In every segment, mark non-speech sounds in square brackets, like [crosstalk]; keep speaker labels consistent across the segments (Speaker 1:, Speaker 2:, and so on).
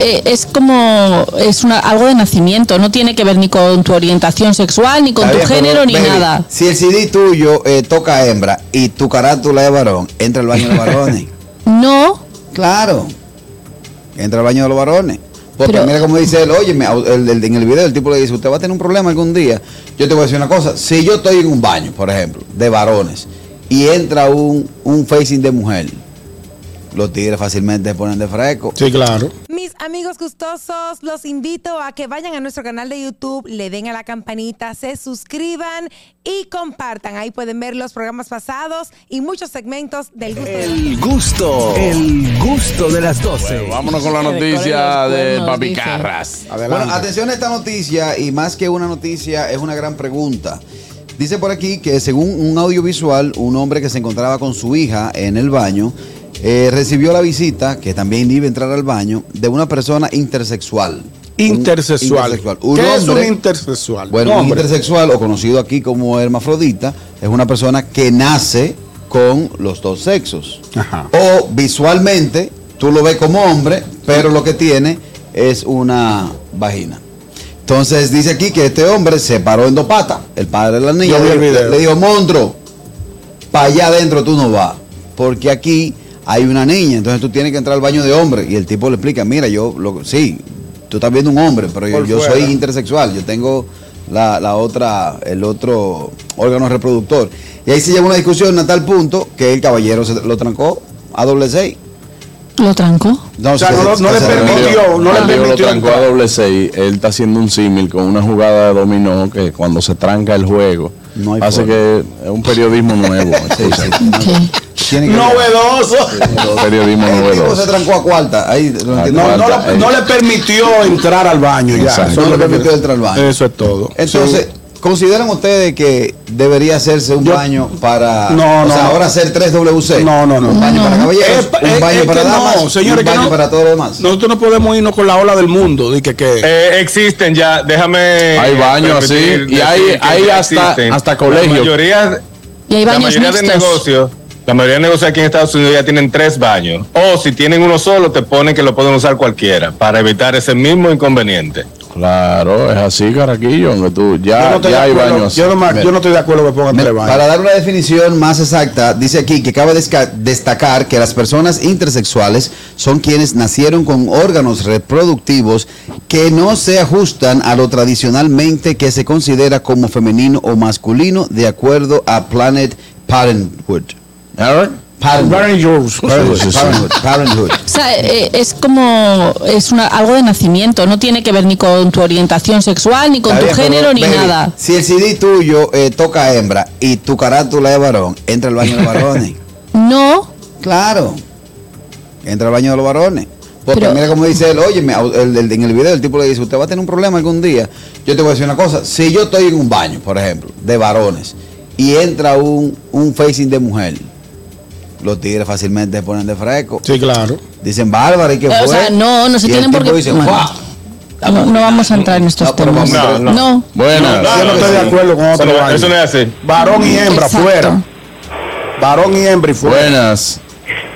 Speaker 1: eh, es como es una, algo de nacimiento, no tiene que ver ni con tu orientación sexual, ni con
Speaker 2: Está
Speaker 1: tu
Speaker 2: bien, pero,
Speaker 1: género, ni
Speaker 2: baby,
Speaker 1: nada.
Speaker 2: Si el CD tuyo eh, toca hembra y tu carátula es varón, entra al baño
Speaker 1: [laughs]
Speaker 2: de los varones.
Speaker 1: No,
Speaker 2: claro. Entra al baño de los varones. Porque
Speaker 1: Pero-
Speaker 2: mira como dice él, oye, en el video el tipo le dice, usted va a tener un problema algún día. Yo te voy a decir una cosa, si yo estoy en un baño, por ejemplo, de varones, y entra un, un facing de mujer, los tigres fácilmente se ponen de fresco.
Speaker 3: Sí, claro.
Speaker 4: Mis amigos gustosos, los invito a que vayan a nuestro canal de YouTube, le den a la campanita, se suscriban y compartan. Ahí pueden ver los programas pasados y muchos segmentos del gusto. de-
Speaker 5: El gusto, el gusto de las 12.
Speaker 6: Vámonos con la
Speaker 1: Sí, de
Speaker 6: noticia
Speaker 1: cuernos,
Speaker 6: de
Speaker 1: cuernos,
Speaker 6: Papi
Speaker 1: dice.
Speaker 6: Carras.
Speaker 3: Adelante.
Speaker 2: Bueno, atención a esta noticia y más que una noticia es una gran pregunta. Dice por aquí que según un audiovisual, un hombre que se encontraba con su hija en el baño eh, recibió la visita, que también iba a entrar al baño, de una persona intersexual.
Speaker 3: Intersexual.
Speaker 2: Un intersexual. Un
Speaker 3: ¿Qué es un
Speaker 2: hombre-
Speaker 3: intersexual?
Speaker 2: bueno, un
Speaker 3: Hombre.
Speaker 2: intersexual o conocido aquí como hermafrodita es una persona que nace con los dos sexos.
Speaker 3: Ajá.
Speaker 2: O visualmente tú lo ves como hombre, pero lo que tiene es una vagina. Entonces dice aquí que este hombre se paró en dos patas. El padre de la niña
Speaker 3: Yo vi
Speaker 2: le,
Speaker 3: el video.
Speaker 2: le dijo, Mondro, para allá adentro tú no vas, porque aquí hay una niña, entonces tú tienes que entrar al baño de hombre. Y el tipo le explica, mira, yo, lo, sí, tú estás viendo un hombre, pero yo,
Speaker 3: Por
Speaker 2: yo
Speaker 3: fuera.
Speaker 2: soy intersexual, yo tengo la, la otra, el otro órgano reproductor. Y ahí se lleva una discusión a tal punto que el caballero se lo trancó a doble seis.
Speaker 1: lo trancó.
Speaker 2: No,
Speaker 3: O sea,
Speaker 2: se-
Speaker 3: no lo-
Speaker 2: se-
Speaker 3: no le
Speaker 2: se-
Speaker 3: permitió. no le
Speaker 6: Cuando yo lo
Speaker 3: permitió
Speaker 6: trancó a
Speaker 3: entrar.
Speaker 6: doble seis. Él está haciendo un símil con una jugada de dominó que cuando se tranca el juego
Speaker 2: No hay
Speaker 6: hace
Speaker 2: forma.
Speaker 6: que es un periodismo nuevo.
Speaker 2: Sí, sí,
Speaker 6: escucha.
Speaker 2: no.
Speaker 1: Ok.
Speaker 2: [laughs] Tiene que-
Speaker 3: Novedoso.
Speaker 6: periodismo
Speaker 2: El tipo se
Speaker 6: novedoso.
Speaker 2: trancó a cuarta. Ahí, lo
Speaker 6: Ah,
Speaker 2: entiendo.
Speaker 3: No, no, lo-
Speaker 6: eh.
Speaker 3: no le permitió entrar al baño ya.
Speaker 6: Exacto.
Speaker 3: Eso, es
Speaker 2: No
Speaker 3: lo
Speaker 2: le
Speaker 3: que- Eh,
Speaker 2: permitió entrar al baño.
Speaker 3: Eso es todo.
Speaker 2: Entonces,
Speaker 3: Sí.
Speaker 2: ¿consideran ustedes que debería hacerse un
Speaker 3: Yo-
Speaker 2: baño para.
Speaker 3: No,
Speaker 2: o
Speaker 3: no,
Speaker 2: sea,
Speaker 3: no.
Speaker 2: ahora hacer 3WC?
Speaker 3: No, no, no.
Speaker 2: Un baño para caballeros,
Speaker 3: Es pa-
Speaker 2: un
Speaker 3: es-
Speaker 2: baño
Speaker 3: es
Speaker 2: para
Speaker 3: que no,
Speaker 2: damas,
Speaker 3: señores,
Speaker 2: un
Speaker 3: que
Speaker 2: baño
Speaker 3: no.
Speaker 2: para todo lo demás.
Speaker 3: nosotros no podemos irnos con la ola del mundo. Dije que.
Speaker 7: Eh, existen ya, déjame.
Speaker 6: Hay baños
Speaker 7: permitir
Speaker 6: así, y
Speaker 7: decir
Speaker 6: hay-
Speaker 7: que
Speaker 6: hay
Speaker 7: ya
Speaker 6: hasta-
Speaker 7: existen.
Speaker 6: hasta
Speaker 7: La
Speaker 6: colegios.
Speaker 7: mayoría-
Speaker 1: Y hay
Speaker 7: La
Speaker 1: baños
Speaker 7: mayoría de
Speaker 1: mixtos.
Speaker 7: negocios, la mayoría de negocios aquí en Estados Unidos ya tienen tres baños. O si tienen uno solo, te ponen que lo pueden usar cualquiera para evitar ese mismo inconveniente.
Speaker 6: Claro, es así, Caraquillo. aunque tú,
Speaker 3: yo
Speaker 6: ya,
Speaker 3: no estoy
Speaker 6: ya
Speaker 3: de
Speaker 6: hay
Speaker 3: acuerdo-
Speaker 6: baños.
Speaker 3: Yo no, ma-
Speaker 2: Mira.
Speaker 3: yo no estoy de acuerdo que pongan
Speaker 2: Mira,
Speaker 3: tres baños.
Speaker 2: Para dar una definición más exacta, dice aquí que cabe desca- destacar que las personas intersexuales son quienes nacieron con órganos reproductivos que no se ajustan a lo tradicionalmente que se considera como femenino o masculino de acuerdo a Planet Parenthood.
Speaker 6: Aaron,
Speaker 2: Parenthood.
Speaker 3: Baños.
Speaker 6: sí, sí.
Speaker 2: Parenthood. Parenthood.
Speaker 1: O sea, eh, es como es una, algo de nacimiento, no tiene que ver ni con tu orientación sexual, ni con
Speaker 2: Está
Speaker 1: tu
Speaker 2: bien, pero,
Speaker 1: género, ni
Speaker 2: baby,
Speaker 1: nada.
Speaker 2: Si el CD tuyo eh, toca hembra y tu carátula es varón, entra al baño de los
Speaker 1: [laughs]
Speaker 2: varones.
Speaker 1: No,
Speaker 2: Claro. Entra al baño de los varones. Porque
Speaker 1: Pero-
Speaker 2: mira como dice él, oye, en el video el tipo le dice, usted va a tener un problema algún día. Yo te voy a decir una cosa, si yo estoy en un baño, por ejemplo, de varones, y entra un, un facing de mujer, los tigres fácilmente se ponen de fresco.
Speaker 3: Sí, claro.
Speaker 2: Dicen, bárbaro, ¿y qué
Speaker 1: Eh,
Speaker 2: fue?
Speaker 1: o sea, no, no se
Speaker 2: Y el
Speaker 1: tienen por
Speaker 2: tipo
Speaker 1: qué-
Speaker 2: dice,
Speaker 1: bueno.
Speaker 2: "Guau".
Speaker 1: no, no vamos a entrar en estos
Speaker 2: No, pero
Speaker 1: temas.
Speaker 2: vamos
Speaker 7: a entrar-
Speaker 1: no.
Speaker 6: Buenas.
Speaker 3: yo no estoy de acuerdo con
Speaker 7: Eso
Speaker 3: otro
Speaker 7: no,
Speaker 3: baño.
Speaker 7: eso no es así.
Speaker 3: Varón y hembra,
Speaker 1: Exacto.
Speaker 3: fuera. Varón y hembra y fuera.
Speaker 6: Buenas.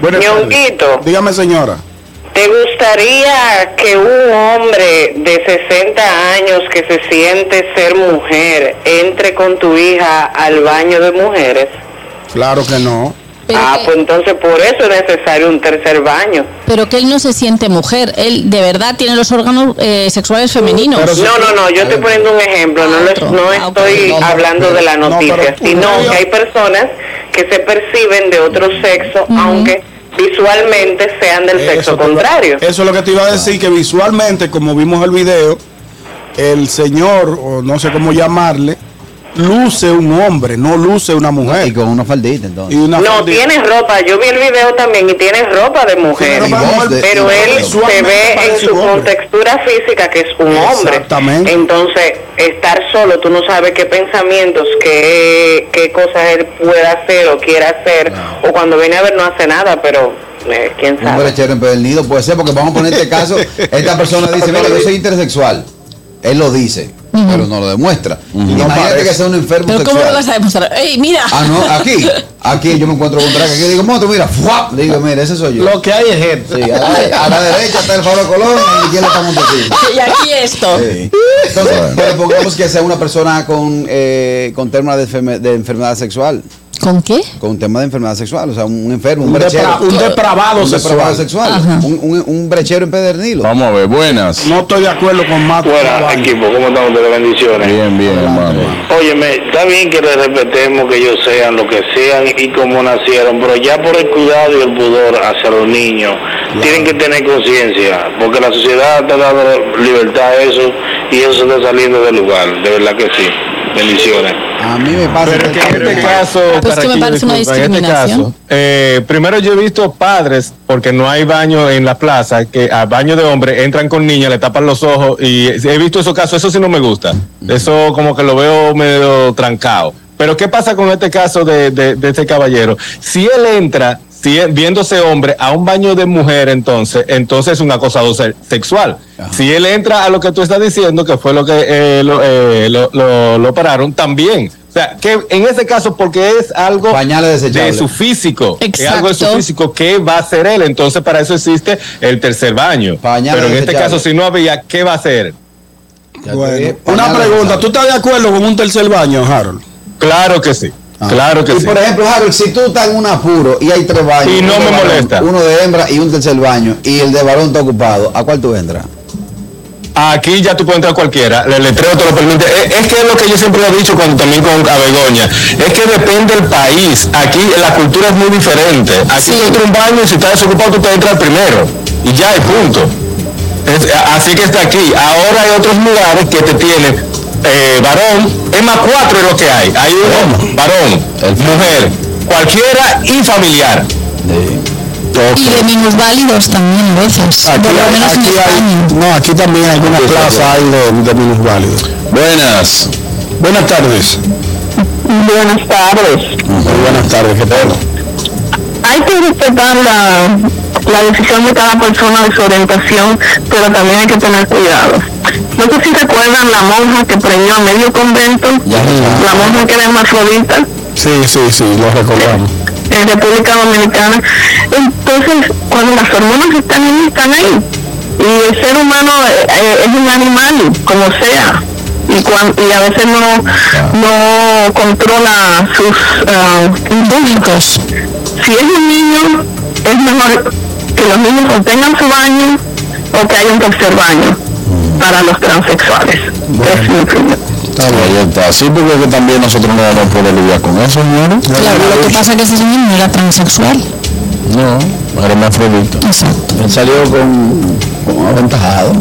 Speaker 3: Buenas tardes.
Speaker 8: Ñonguito.
Speaker 3: Dígame, señora.
Speaker 8: ¿Te gustaría que un hombre de 60 años que se siente ser mujer entre con tu hija al baño de mujeres?
Speaker 3: Claro que no.
Speaker 1: Pero,
Speaker 8: ah,
Speaker 1: que,
Speaker 8: pues entonces por eso es necesario un tercer baño.
Speaker 1: pero que él no se siente mujer, él de verdad tiene los órganos eh, sexuales femeninos.
Speaker 3: Pero
Speaker 8: No, no, no, yo estoy poniendo un ejemplo, no, lo es- no
Speaker 1: Ah, ok.
Speaker 8: estoy
Speaker 3: No, no,
Speaker 8: hablando
Speaker 3: pero-
Speaker 8: de la
Speaker 3: no,
Speaker 8: noticia,
Speaker 3: pero tú
Speaker 8: sino
Speaker 3: no-
Speaker 8: que hay personas que se perciben de otro sexo, aunque visualmente sean del
Speaker 3: Eso
Speaker 8: sexo
Speaker 3: te iba-
Speaker 8: contrario.
Speaker 3: Eso es lo que te iba a decir, que visualmente, como vimos el video, el señor, o no sé cómo llamarle, luce un hombre, no luce una
Speaker 2: Y
Speaker 3: mujer.
Speaker 2: con una faldita entonces.
Speaker 3: Y una
Speaker 8: No,
Speaker 3: faldita.
Speaker 8: tiene ropa. Yo vi el video también y tiene ropa de mujer.
Speaker 3: Tiene ropa de mujer,
Speaker 8: pero
Speaker 2: y
Speaker 8: él se
Speaker 3: visualmente
Speaker 8: ve en
Speaker 3: parece
Speaker 8: su
Speaker 3: un hombre.
Speaker 8: contextura física que es un hombre.
Speaker 3: Exactamente.
Speaker 8: Entonces, estar solo, tú no sabes qué pensamientos, qué, qué cosas él pueda hacer o quiera hacer. O cuando viene a ver no hace nada, pero eh, quién
Speaker 2: Un
Speaker 8: sabe.
Speaker 2: brechero empedernido puede ser, porque vamos a poner este caso. Esta persona dice, mira, yo soy intersexual. Él lo dice. pero no lo demuestra. Imagínate
Speaker 3: parece.
Speaker 2: que sea un enfermo
Speaker 1: Pero ¿cómo lo
Speaker 2: sexual.
Speaker 1: vas a demostrar? ¡Ey, mira!
Speaker 2: Ah,
Speaker 1: [laughs]
Speaker 2: no, aquí, aquí yo me encuentro con un traje, aquí digo, monstruo, mira, ¡fuap! Le digo, mira, ese soy yo.
Speaker 9: Lo que hay es gente.
Speaker 2: Sí, a, la, a la derecha está el Pablo Colón y a la izquierda está Montesino.
Speaker 1: [laughs] Y aquí esto.
Speaker 2: Entonces, pero pongamos que sea una persona con, eh, con tema de, enferme- de enfermedad sexual,
Speaker 1: ¿Con qué?
Speaker 2: con tema de enfermedad sexual, o sea, un enfermo, un,
Speaker 3: Un,
Speaker 2: brechero.
Speaker 3: depra- un depravado
Speaker 2: un depravado
Speaker 3: sexual.
Speaker 2: sexual, un, un, un brechero empedernilo.
Speaker 6: Vamos a ver, buenas.
Speaker 3: No estoy de acuerdo con Mato.
Speaker 8: Buenas, equipo, ¿cómo están ustedes? Bendiciones.
Speaker 6: Bien, bien, hermano.
Speaker 8: Óyeme, está bien que le respetemos que ellos sean lo que sean y como nacieron, pero ya por el cuidado y el pudor hacia los niños, tienen que tener conciencia, porque la sociedad está dando libertad a eso y eso se está saliendo del lugar, de verdad que sí. Bendiciones.
Speaker 2: A mí me pasa
Speaker 7: Pero que en este caso,
Speaker 1: Pues que me
Speaker 7: Carraquillo,
Speaker 1: parece una
Speaker 7: disculpa, en este
Speaker 1: discriminación.
Speaker 7: caso, eh, primero yo he visto padres, porque no hay baño en la plaza, que a baño de hombre entran con niñas, le tapan los ojos, y he visto esos casos, eso sí no me gusta. Eso como que lo veo medio trancado. Pero ¿qué pasa con este caso de, de, de este caballero? Si él entra, si él- viéndose hombre, a un baño de mujer, entonces, entonces es un acosado se- sexual. Si él entra a lo que tú estás diciendo, que fue lo que eh, lo, eh, lo- lo- lo pararon, también. O sea, que en ese caso, porque es algo
Speaker 2: Pañales
Speaker 7: de
Speaker 2: desechables.
Speaker 7: su físico, es algo de su
Speaker 1: Exacto.
Speaker 7: físico, ¿qué va a hacer él? Entonces, para eso existe el tercer baño.
Speaker 2: Pañales
Speaker 7: Pero en este
Speaker 2: desechables.
Speaker 7: caso, si no había, ¿qué va a hacer?
Speaker 3: Bueno, una pregunta, ¿tú estás de acuerdo con un tercer baño, Harold?
Speaker 7: Claro que sí.
Speaker 2: Ah.
Speaker 7: Claro que
Speaker 2: Y
Speaker 7: sí.
Speaker 2: por ejemplo, Harold, si tú estás en un apuro y hay tres baños,
Speaker 7: Y no
Speaker 2: uno de
Speaker 7: me
Speaker 2: varón,
Speaker 7: molesta.
Speaker 2: uno de hembra y un tercer baño, y el de varón está ocupado, ¿a cuál tú entras?
Speaker 7: Aquí ya tú puedes entrar cualquiera, el letrero te lo permite. Es, es que es lo que yo siempre lo he dicho cuando también con a Begoña, es que depende del país. Aquí la cultura es muy diferente. Aquí tú entras a un baño y si estás desocupado tú puedes entrar primero. Y ya, y punto. Es- a- así que está aquí. Ahora hay otros lugares que te tienen eh, varón, es más cuatro es lo que hay. Hay uno, varón, mujer, cualquiera y familiar.
Speaker 1: Y de minusválidos también a veces.
Speaker 3: Aquí
Speaker 1: por lo
Speaker 3: hay,
Speaker 1: menos en
Speaker 3: aquí
Speaker 1: España.
Speaker 3: hay- no, aquí también hay una plaza hay de, de minusválidos.
Speaker 6: Buenas.
Speaker 3: Buenas tardes.
Speaker 8: Buenas tardes.
Speaker 3: Muy buenas tardes, ¿qué tal?
Speaker 8: Hay que respetar la, la decisión de cada persona de su orientación, pero también hay que tener cuidado. No sé si recuerdan la monja que preñó a medio convento, la monja que era hermafrodita,
Speaker 3: Sí, sí, sí, lo recordamos.
Speaker 8: en República Dominicana. Entonces, cuando las hormonas están ahí, están ahí. Y el ser humano eh, eh, es un animal, como sea. Y, cuan- y a veces no, no controla sus ah, impulsos. Si es un niño, es mejor que los niños o tengan su baño o que haya un tercer baño para los transexuales. Es mi opinión.
Speaker 6: Está bien, ahí está. Sí, porque es que también nosotros no vamos a poder lidiar con eso, señora.
Speaker 1: Claro, lo que pasa es que ese señor no era transexual.
Speaker 6: No, era más fredito.
Speaker 1: Exacto.
Speaker 2: Él salió con, con aventajado.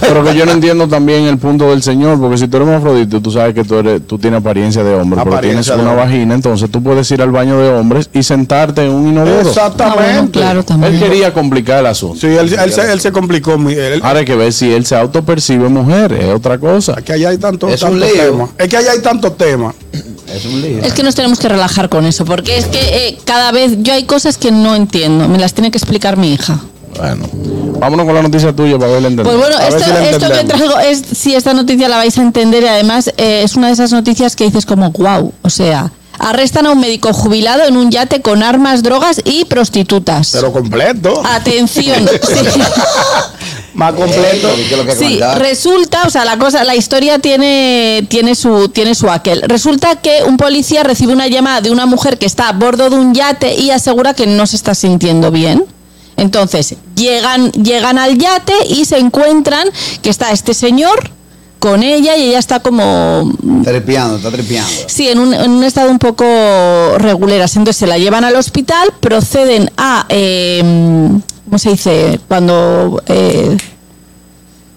Speaker 6: Pero que yo no entiendo también el punto del señor, porque si tú eres afrodito, tú sabes que tú, eres, tú tienes apariencia de hombre, pero
Speaker 2: Apariencia
Speaker 6: tienes
Speaker 2: de
Speaker 6: una
Speaker 2: hombre.
Speaker 6: vagina, entonces tú puedes ir al baño de hombres y sentarte en un inodoro.
Speaker 1: Ah, bueno, claro,
Speaker 6: Él
Speaker 1: también.
Speaker 6: quería complicar el asunto.
Speaker 3: Sí, él, él se, él se complicó. mi- él-
Speaker 6: Ahora hay que ver si él se autopercibe mujer, es otra cosa.
Speaker 3: que allá hay tantos
Speaker 2: Es un
Speaker 3: tantos
Speaker 2: lío.
Speaker 3: temas. Es que allá hay tantos temas.
Speaker 2: Es un lío.
Speaker 1: Es que nos tenemos que relajar con eso, porque es que eh, cada vez yo hay cosas que no entiendo, me las tiene que explicar mi hija.
Speaker 6: Bueno, vámonos con la noticia tuya para verla entender.
Speaker 1: Pues bueno,
Speaker 3: A ver
Speaker 1: esto,
Speaker 3: si la
Speaker 1: esto que
Speaker 3: entendemos.
Speaker 1: traigo es si esta noticia la vais a entender y además eh, es una de esas noticias que dices como wow, o sea, arrestan a un médico jubilado en un yate con armas, drogas y prostitutas.
Speaker 3: Pero completo.
Speaker 1: Ah,
Speaker 3: [laughs]
Speaker 1: Atención. Sí.
Speaker 3: Más completo.
Speaker 2: Eh,
Speaker 1: Sí, resulta, o sea, la cosa, la historia tiene, tiene su, tiene su aquel. Resulta que un policía recibe una llamada de una mujer que está a bordo de un yate y asegura que no se está sintiendo bien. Entonces, llegan, llegan al yate y se encuentran que está este señor con ella y ella está como
Speaker 2: Está trepeando, está trepeando.
Speaker 1: Sí, en un, en un estado un poco reguleras. Entonces se la llevan al hospital, proceden a. eh, ¿Cómo se dice? Cuando. eh,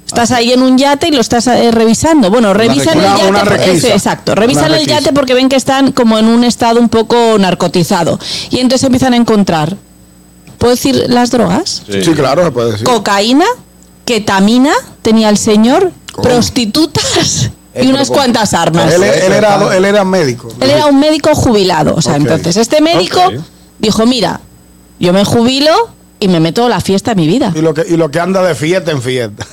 Speaker 1: Estás ahí en un yate y lo estás eh, revisando. Bueno, revisan el
Speaker 3: requisa.
Speaker 1: yate.
Speaker 3: Una
Speaker 1: por-
Speaker 3: requisa.
Speaker 1: ese, exacto.
Speaker 3: Una
Speaker 1: Revisan el
Speaker 3: requisa.
Speaker 1: yate porque ven que están como en un estado un poco narcotizado. Y entonces empiezan a encontrar. ¿Puedo decir las drogas?
Speaker 3: Sí. claro, se puede decir.
Speaker 1: Cocaína, ketamina, tenía el señor,
Speaker 3: Oh.
Speaker 1: prostitutas y
Speaker 2: pero
Speaker 1: unas
Speaker 2: con-
Speaker 1: cuantas armas.
Speaker 3: Él, él era, él era médico.
Speaker 1: Él era un médico jubilado. O sea,
Speaker 3: Ok.
Speaker 1: entonces este médico
Speaker 7: Ok.
Speaker 1: dijo, mira, yo me jubilo, y me meto la fiesta en mi
Speaker 2: [laughs]
Speaker 1: vida.
Speaker 3: Y lo, que, y lo que anda de fiesta en
Speaker 1: [laughs]
Speaker 3: fiesta.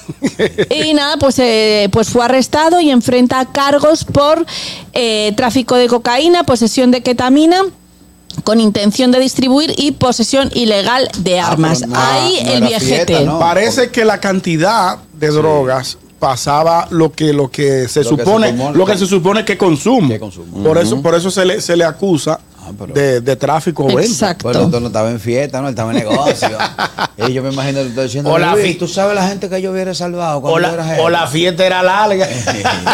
Speaker 1: Y nada, pues, eh, pues fue arrestado y enfrenta cargos por eh, tráfico de cocaína, posesión de ketamina con intención de distribuir y posesión ilegal de armas.
Speaker 2: Ah, pero no era-
Speaker 1: Ahí
Speaker 2: no
Speaker 1: el
Speaker 2: era
Speaker 1: viejete.
Speaker 2: fiesta, ¿no?
Speaker 3: Parece que la cantidad de drogas pasaba lo que lo que se
Speaker 2: Lo que
Speaker 3: supone
Speaker 2: se supone.
Speaker 3: lo que se supone que consumo,
Speaker 2: Que consumo.
Speaker 3: por eso por eso se le se le acusa
Speaker 2: Ah, pero-
Speaker 3: de, de tráfico o venta.
Speaker 1: Exacto.
Speaker 2: Bueno, entonces no estaba en fiesta, no, él estaba en negocio.
Speaker 3: [laughs]
Speaker 2: y yo me imagino que estoy diciendo,
Speaker 3: Hola,
Speaker 2: Luis,
Speaker 3: fi-
Speaker 2: tú sabes la gente que yo hubiera salvado cuando yo era jefe?"
Speaker 3: fiesta
Speaker 2: [laughs]
Speaker 3: era larga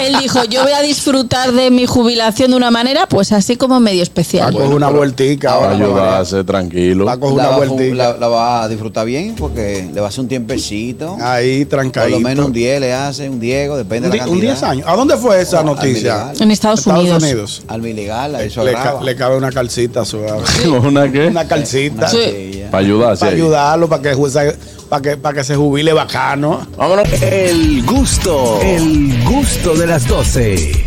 Speaker 1: Él dijo, yo voy a disfrutar de mi jubilación de una manera, pues así como medio
Speaker 3: va a
Speaker 2: Ah,
Speaker 1: especial.
Speaker 3: coger Ah, una vueltica
Speaker 6: Para
Speaker 3: ahora
Speaker 6: ayudarse, tranquilo.
Speaker 3: va a coger
Speaker 2: la,
Speaker 3: una
Speaker 2: va, a fu-
Speaker 3: vueltica
Speaker 2: la- la va a disfrutar bien porque le va a hacer un tiempecito.
Speaker 3: ahí
Speaker 2: por
Speaker 3: trancadito
Speaker 2: lo menos un 10 le hace, un Diego, depende
Speaker 3: Ah, Un
Speaker 2: de
Speaker 3: di-
Speaker 2: la
Speaker 3: un
Speaker 2: cantidad. Oh,
Speaker 3: 10 años ¿a dónde fue esa
Speaker 2: Al
Speaker 3: noticia?
Speaker 2: militar.
Speaker 1: En Estados, Unidos.
Speaker 2: Al miligal, a eso
Speaker 3: Le, ca-
Speaker 2: agrava.
Speaker 3: le cabe una calcita suave
Speaker 6: [laughs] ¿Una qué?
Speaker 3: una calcita
Speaker 1: Sí.
Speaker 6: Para ayudarse.
Speaker 3: para
Speaker 6: ahí.
Speaker 3: ayudarlo para que jueza- para que para que se jubile bacano
Speaker 6: Vámonos.
Speaker 5: El gusto, el gusto de las 12.